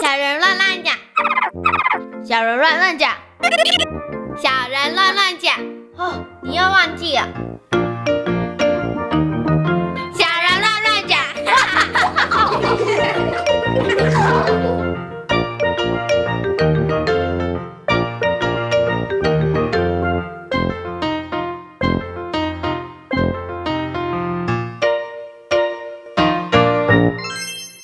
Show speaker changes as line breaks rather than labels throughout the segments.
小人乱乱讲，小人乱乱讲，小人乱乱讲。哦，你又忘记了。小人乱乱讲，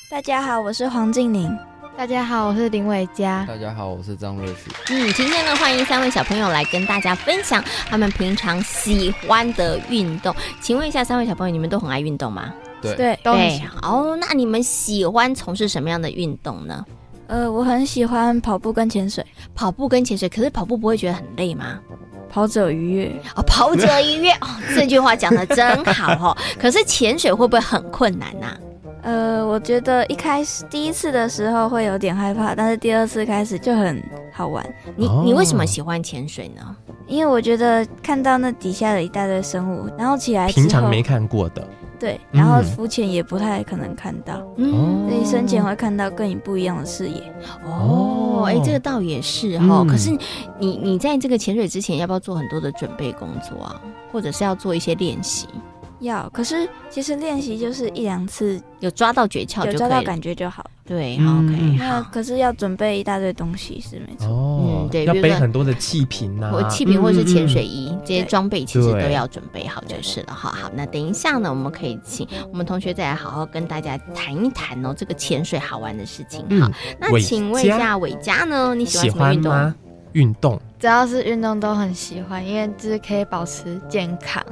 大家好，我是黄静玲。
大家好，我是林伟嘉。
大家好，我是张瑞旭。
嗯，今天呢，欢迎三位小朋友来跟大家分享他们平常喜欢的运动。请问一下，三位小朋友，你们都很爱运动吗？
对，
对，都很
对
喜欢，
哦，那你们喜欢从事什么样的运动呢？
呃，我很喜欢跑步跟潜水，
跑步跟潜水，可是跑步不会觉得很累吗？
跑者愉悦。
哦，跑者一跃，哦，这句话讲的真好哦。可是潜水会不会很困难啊呐、
呃，我觉得一开始第一次的时候会有点害怕，但是第二次开始就很好玩，
你
哦
你为什么喜欢潜水呢？
因为我觉得看到那底下的一大堆生物，然后起来之后
平常没看过的
对，然后
嗯
浮潜也不太可能看到，
嗯，
所以深潜会看到更不一样的视野。
哦，哎、
哦
这个倒也是哦。
嗯
可是你你在这个潜水之前，要不要做很多的准备工作啊？或者是要做一些练习？
要，可是其实练习就是一两次，
有抓到诀窍
有
就
抓到
可以了。
感觉就好。
对、
嗯
o
那
k 好。
可是要准备一大堆东西是没错。
哦
嗯对
要
比如
背
说
很多的气瓶啊，
我气瓶或是潜水
嗯。
衣、
嗯嗯
这些
对
装备其实
对
都要准备好就是了哈。好，那等一下呢，我们可以请我们同学再来好好跟大家谈一谈哦，这个潜水好玩的事情哈。
嗯
那
伟
请问一
嘉
下伟嘉呢，你喜欢
喜
什么
欢
运动啊？
吗？运动，
只要是运动都很喜欢，因为就是可以保持健康。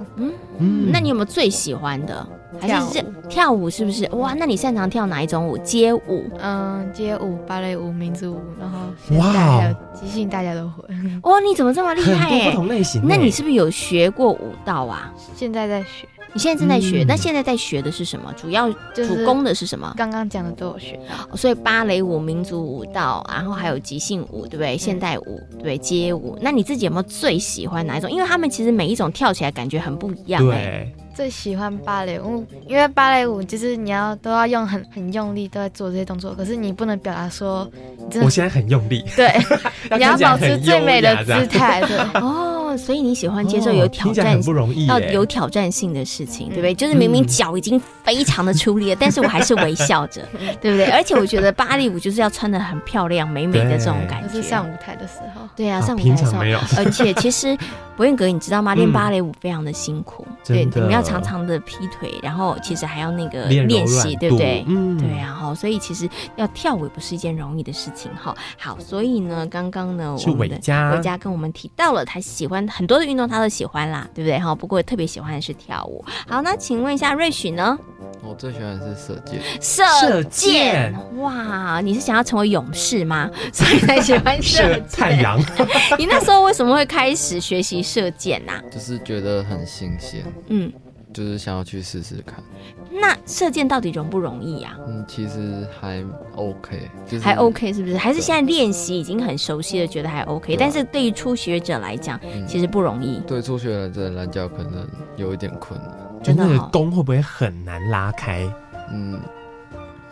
嗯
那你有没有最喜欢的？还
跳
是
舞
是跳舞是不是？哇，那你擅长跳哪一种舞？街舞
嗯，街舞、芭蕾舞、民族舞，然后
哇
现代还有
哦
即兴，大家都会。
哇，哦你怎么这么厉
很
害、
多
欸？
不同类型呢。
那你是不是有学过舞蹈啊？
现在在学，
你现在正在学，
嗯
那现在在学的是什么？主要
就是
主攻的是什么？
刚刚讲的都有学到。
哦所以芭蕾舞、民族舞蹈，然后还有即兴舞，对不对？现代舞，对不对街舞。那你自己有没有最喜欢哪一种？因为他们其实每一种跳起来感觉很不一样、欸。
对，
最喜欢芭蕾舞，因为芭蕾舞就是你要都要用很很用力，都在做这些动作，可是你不能表达说你真
我
的
现在很用 力，
对，你
看
要
起来
保
很
持最美
优
的
雅这样
姿态。 对，
哦，所以你喜欢接受
哦
有挑
听起来
战
很不容易欸
要
耶
有挑战性的事情，
嗯
对不对？就是明明
嗯
脚已经非常的出力了，但是我还是微笑着，对不对？而且我觉得芭蕾舞就是要穿的很漂亮、美美的这种感
就
觉。
是上舞台的时候。
对啊，
好
上舞台
平
的时
常
候
没，有，
而且其实博彦格，你知道吗？练
嗯
芭蕾舞非常的辛苦，
真
对，
的
你们要常常的劈腿，然后其实还要那个
练柔
练习，
软
对不
度
对？
嗯，
对啊，哈，所以其实要跳舞也不是一件容易的事情哈。好，所以呢，刚刚呢，
是
我们
伟
的
嘉
伟嘉跟我们提到了，他喜欢很多的运动，他都喜欢啦，对不对？哈，不过特别喜欢的是跳舞。好，那请问一下瑞许呢？
我最喜欢的是射箭，
射
射箭
哇，你是想要成为勇士吗？所以才喜欢射
射
箭。哦
太 阳，
你那时候为什么会开始学习射箭啊呐、
就是觉得很新鲜，
嗯，
就是想要去试试看。
那射箭到底容不容易呀、
嗯，其实还 OK，就是
还 OK 是不是？还是
对
现在练习已经很熟悉了，觉得还 OK，、
对啊
但是对于初学者来讲，
嗯
其实不容易。
对初学人的来讲可能有一点困难。
就
真的
那个
好
弓会不会很难拉开？
嗯，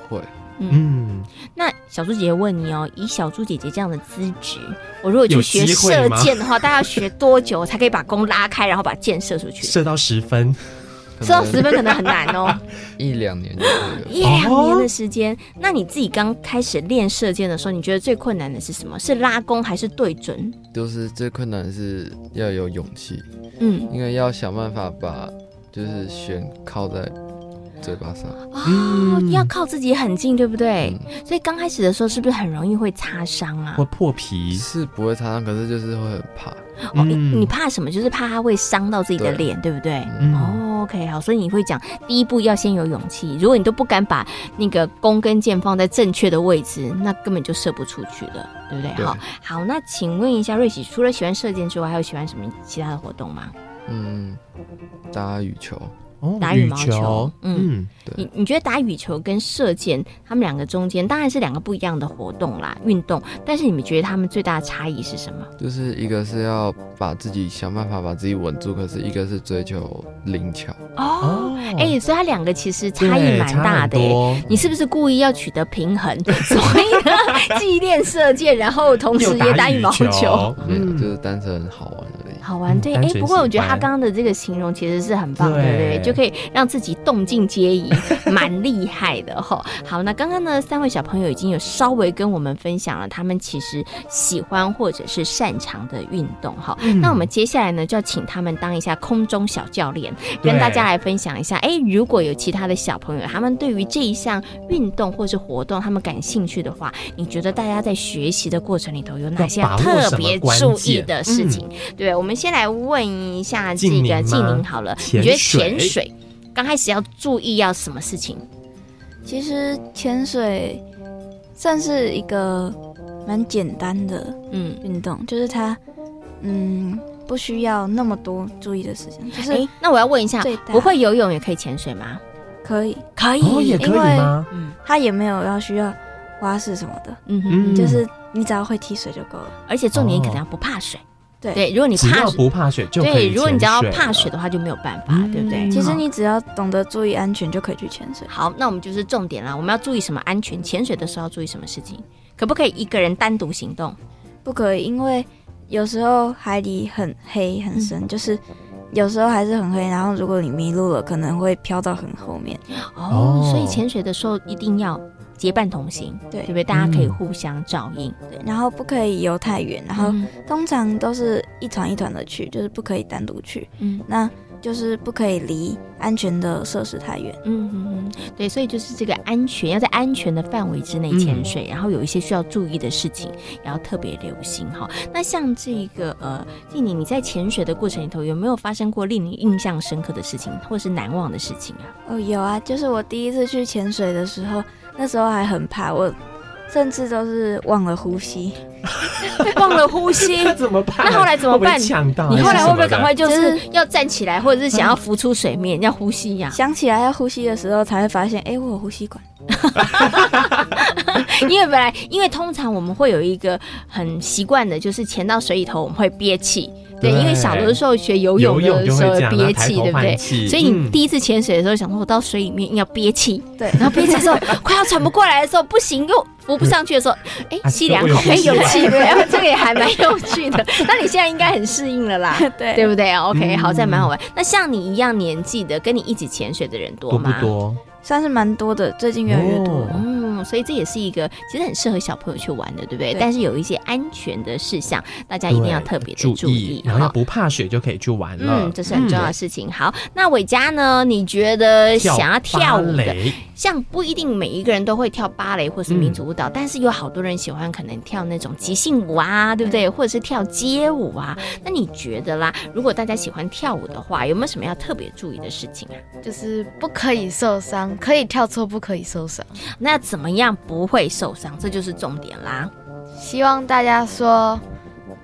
会。
嗯，
那小猪姐姐问你哦，以小猪姐姐这样的资质，我如果去
有
学
机会
射
吗
箭的话，大概要学多久我才可以把弓拉开，然后把箭射出去？
射到十分，
可
射到
能
十分可能很难哦，
一两年就会 了。
一两年的时间。那你自己刚开始练射箭的时候，你觉得最困难的是什么？是拉弓还是对准？
就是最困难的是要有勇气，
嗯，
因为要想办法把就是弦靠在嘴巴上。
哦，
嗯
要靠自己很近，对不对？
嗯，
所以刚开始的时候是不是很容易会擦伤啊？
会破皮。
是不会擦伤，可是就是会很怕。
哦，你你怕什么？就是怕它会伤到自己的
对
脸，对不对？
嗯，
哦，OK，好，所以你会讲第一步要先有勇气。如果你都不敢把那个弓跟箭放在正确的位置，那根本就射不出去了，对不对？
对
好，好，那请问一下，瑞喜，除了喜欢射箭之外，还有喜欢什么其他的活动吗？
嗯，打羽球，
哦，哦
打羽
羽
毛球嗯
嗯，
你你觉得打羽球跟射箭，他们两个中间当然是两个不一样的活动啦，运动。但是你们觉得他们最大的差异是什么？
就是一个是要把自己想办法把自己稳住，可是一个是追求灵巧。
哦，
哦，
哎、所以它两个其实
对，
差异蛮大的、
差很
耶。
多
你是不是故意要取得平衡，所以呢，既练射箭，然后同时也打羽毛
又打
球？
没有，
嗯
就是单纯好玩而 已。
好玩对，
嗯
哎、
单纯
不过我
喜
觉得他
欢
刚刚的这个形容其实是很棒的，对
对
不对？就可以让自己动静皆宜，蛮厉害的吼。好，那刚刚呢，三位小朋友已经有稍微跟我们分享了他们其实喜欢或者是擅长的运动哈。
嗯
那我们接下来呢，就要请他们当一下空中小教练，跟
对
大家来分享一下。哎，如果有其他的小朋友，他们对于这一项运动或是活动，他们感兴趣的话，你觉得大家在学习的过程里头有哪些
要把握
特
什么
别
关
注意
键嗯
的事情？对，我们先来问一下这
静
个
宁
静
吗
宁好了，你
潜
觉得
水
潜水刚开始要注意要什么事情？
其实潜水算是一个蛮简单的
嗯，
运动，就是它，嗯，不需要那么多注意的事情，就
哎、
是
那我要问一下，
最大
不会游泳也可以潜水吗？
可以，
可
哦，也可以吗？
嗯
它也没有要需要蛙式什么的，
嗯哼，
嗯，
就是你只要会踢水就够了。
而且重点
哦
可能要不怕水。
对
对，如果你
只
怕
要
水，
不怕水就可以
对，如果你只要怕水
潜了
的话就没有办法，
嗯
对不对？
其实
好
你只要懂得注意安全，就可以去潜水。
好，那我们就是重点啦，我们要注意什么安全？潜水的时候要注意什么事情？可不可以一个人单独行动？
不可以，因为有时候海底很黑很深，
嗯
就是有时候还是很黑，然后如果你迷路了，可能会飘到很后面。
哦，
哦
所以潜水的时候一定要结伴同行，
对
对不对？大家可以
嗯
互相照应。
对，然后不可以游太远，然后
嗯
通常都是一团一团的去，就是不可以单独去。
嗯
那就是不可以离安全的设施太远。
嗯嗯，嗯，对，所以就是这个安全要在安全的范围之内
嗯
潜水，然后有一些需要注意的事情，也要特别留心哈。那像这个呃，静宁，你在潜水的过程里头有没有发生过令你印象深刻的事情，或是难忘的事情啊？
哦，有啊，就是我第一次去潜水的时候，那时候还很怕，我甚至都是忘了呼吸，
忘了呼 吸，
那怎么办？
哎那后来怎么
会不会
办
呛到还
你
是
后来会不
什
会
么的
赶快就
就是嗯
要站起来，或者是想要浮出水面，要呼吸呀、
想起来要呼吸的时候才会发现，哎、我有呼吸管。
因为本来，因为通常我们会有一个很习惯的，就是潜到水里头我们会憋气。对，
对
因为小的时候学游泳
游泳
的
就
时
会
候
这样，然
憋
后抬
气，
头
对不对
换？气
所以你
嗯
第一次潜水的时候，想说我到水里面硬要憋气，
对
然后憋气的时候快要喘不过来的时候，不行又浮不上去的时候，哎，
啊
吸两
我有
口，哎，
呼吸
有
了
气 味，哎这个也还蛮有趣 的。那你现在应该很适应了啦，
对
对不对？OK，好，
嗯
这还蛮好玩。那像你一样年纪的，跟你一起潜水的人多
多不
吗？
多？
算是蛮多的，最近越来越多了。
哦
嗯，所以这也是一个其实很适合小朋友去玩的，对不对？
对
但是有一些安全的事项，大家一定要特别的注
注
意
意，然后要
哈
不怕水就可以去玩了。
嗯，这是很重要的事情。好，那伟嘉呢？你觉得想要跳舞
芭
的，
蕾
像不一定每一个人都会跳芭蕾或是民族舞蹈，但是有好多人喜欢可能跳那种即兴舞啊，对不对？或者是跳街舞啊。那你觉得啦？如果大家喜欢跳舞的话，有没有什么要特别注意的事情啊？
就是不可以受伤，可以跳错，不可以受伤。
那怎么样不会受伤？这就是重点啦。
希望大家说，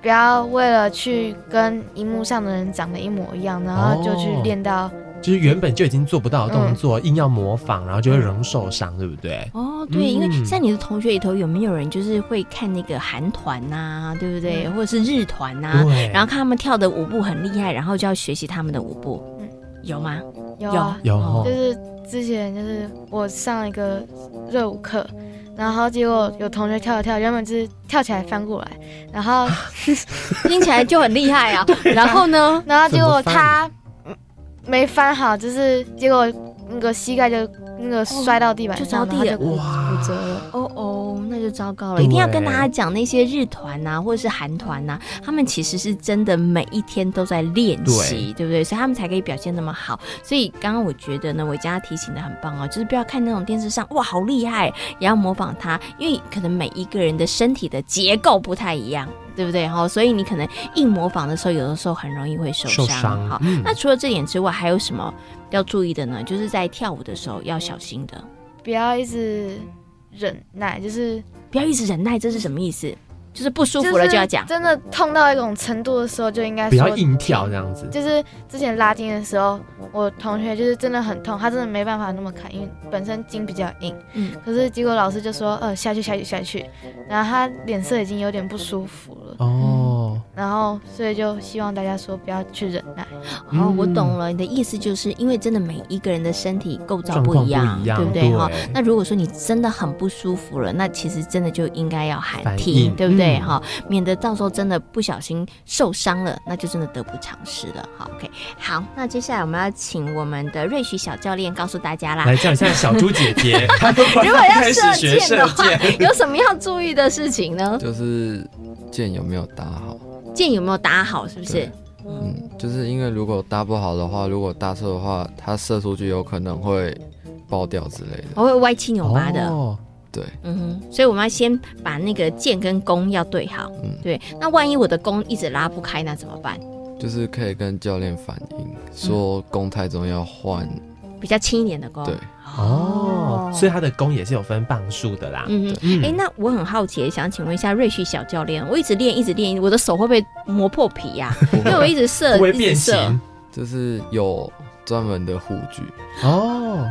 不要为了去跟荧幕上的人长得一模一样，然后就去
哦
练到
就是原本就已经做不到的动作，
嗯
硬要模仿，然后就会容易受伤，对不对？
哦，对，因为
嗯
像你的同学里头有没有人就是会看那个韩团呐、对不对？或者是日团呐、
对
嗯然后看他们跳的舞步很厉害，然后就要学习他们的舞步，
嗯
有吗？
有啊，
有
哦
就是之前就是我上一个热舞课，然后结果有同学跳了跳，原本就是跳起来翻过来，然后
听起来就很厉害 啊。然后呢？
然后结果
怎么翻
他嗯没翻好，就是结果那个膝盖就那个摔到地板
就
上，
着地
然后
了
就骨
哇
骨折了。
哦哦，那就糟糕了！
对
一定要跟大家讲，那些日团呐、或者是韩团呐、他们其实是真的每一天都在练习，对不对？所以他们才可以表现那么好。所以刚刚我觉得呢，伟嘉提醒的很棒哦，就是不要看那种电视上哇好厉害，也要模仿他，因为可能每一个人的身体的结构不太一样，对不对？哈、所以你可能硬模仿的时候，有的时候很容易会受
受
伤。
伤
哈、。
嗯
那除了这点之外，还有什么要注意的呢？就是在跳舞的时候要小心的，
不要一直忍耐，就是
不要一直忍耐，这是什么意思？就是哦不舒服了就要讲。
真的痛到一种程度的时候就应该
不要
说
硬跳这样子。
就是之前拉筋的时候，我同学就是真的很痛，他真的没办法那么砍，因为本身筋比较硬。
嗯
可是结果老师就说，呃，下去下去下去，然后他脸色已经有点不舒服了，
哦，
然后所以就希望大家说不要去忍耐。
哦，我
嗯
懂了，你的意思就是因为真的每一个人的身体构造
状
不
况
一样，
不一样
对不
对
哈？那如果说你真的很不舒服了，那其实真的就应该要喊
反
停，
应
对不对
嗯
哈、免得到时候真的不小心受伤了，那就真的得不偿失了。好，OK，好，那接下来我们要请我们的瑞许小教练告诉大家啦。
来叫一下小猪姐 姐，她都快
嗯如果要
开始
射
学
箭的
射
话
箭，，
有什么要注意的事情呢？
就是箭有没有搭好？
箭有没有打好？是不是
对？嗯，就是因为如果搭不好的话，如果搭错的话，它射出去有可能会爆掉之类的。
我哦会歪七扭八的。
哦
对，
嗯哼，所以我们要先把那个箭跟弓要对好。
嗯
对，那万一我的弓一直拉不开，那怎么办？
就是可以跟教练反映说弓太重要换，
比较轻一点的弓。
对，
哦，所以她的弓也是有分磅数的啦。
嗯哼，
嗯
哎、那我很好奇，想请问一下瑞旭小教练，我一直练，一直练，我的手会不会磨破皮啊呀、因为我一直嗯射
不，会
一直
变形
射，
就是有专门的护具，
哦，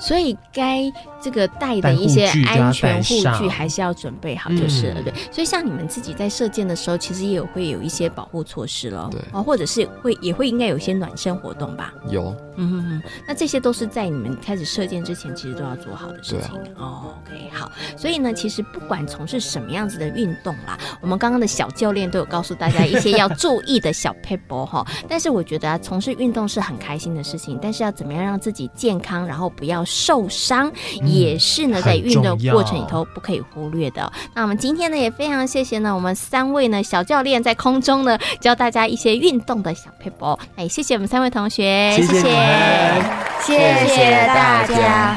所以该这个带的
戴
一些
护具就要
安全
戴
护具
上
还是要准备好就是了。
嗯
对，所以像你们自己在射箭的时候，其实也有会有一些保护措施咯。
对
哦，或者是会也会应该有一些暖身活动吧。
有
嗯哼哼，那这些都是在你们开始射箭之前，其实都要做好的事情。
啊
哦，OK，好。所以呢，其实不管从事什么样子的运动啦，我们刚刚的小教练都有告诉大家一些要注意的小 p a p e 哈。 但是我觉得啊，从事运动是很开心的事情，但是要怎么样让自己健康，然后不要受伤，
嗯
也是呢在
很
运动
重要
过程里头不可以忽略的哦、那我们今天呢，也非常谢谢呢我们三位呢小教练在空中呢教大家一些运动的小 p a p e 那也谢谢我们三位同学，
谢谢你
哎谢
们。
谢谢大家。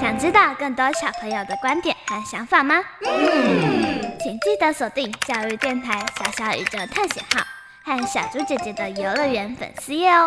想知道更多小朋友的观点和想法吗？请记得锁定教育电台《小小宇宙探险号》和小猪姐姐的游乐园粉丝页哦。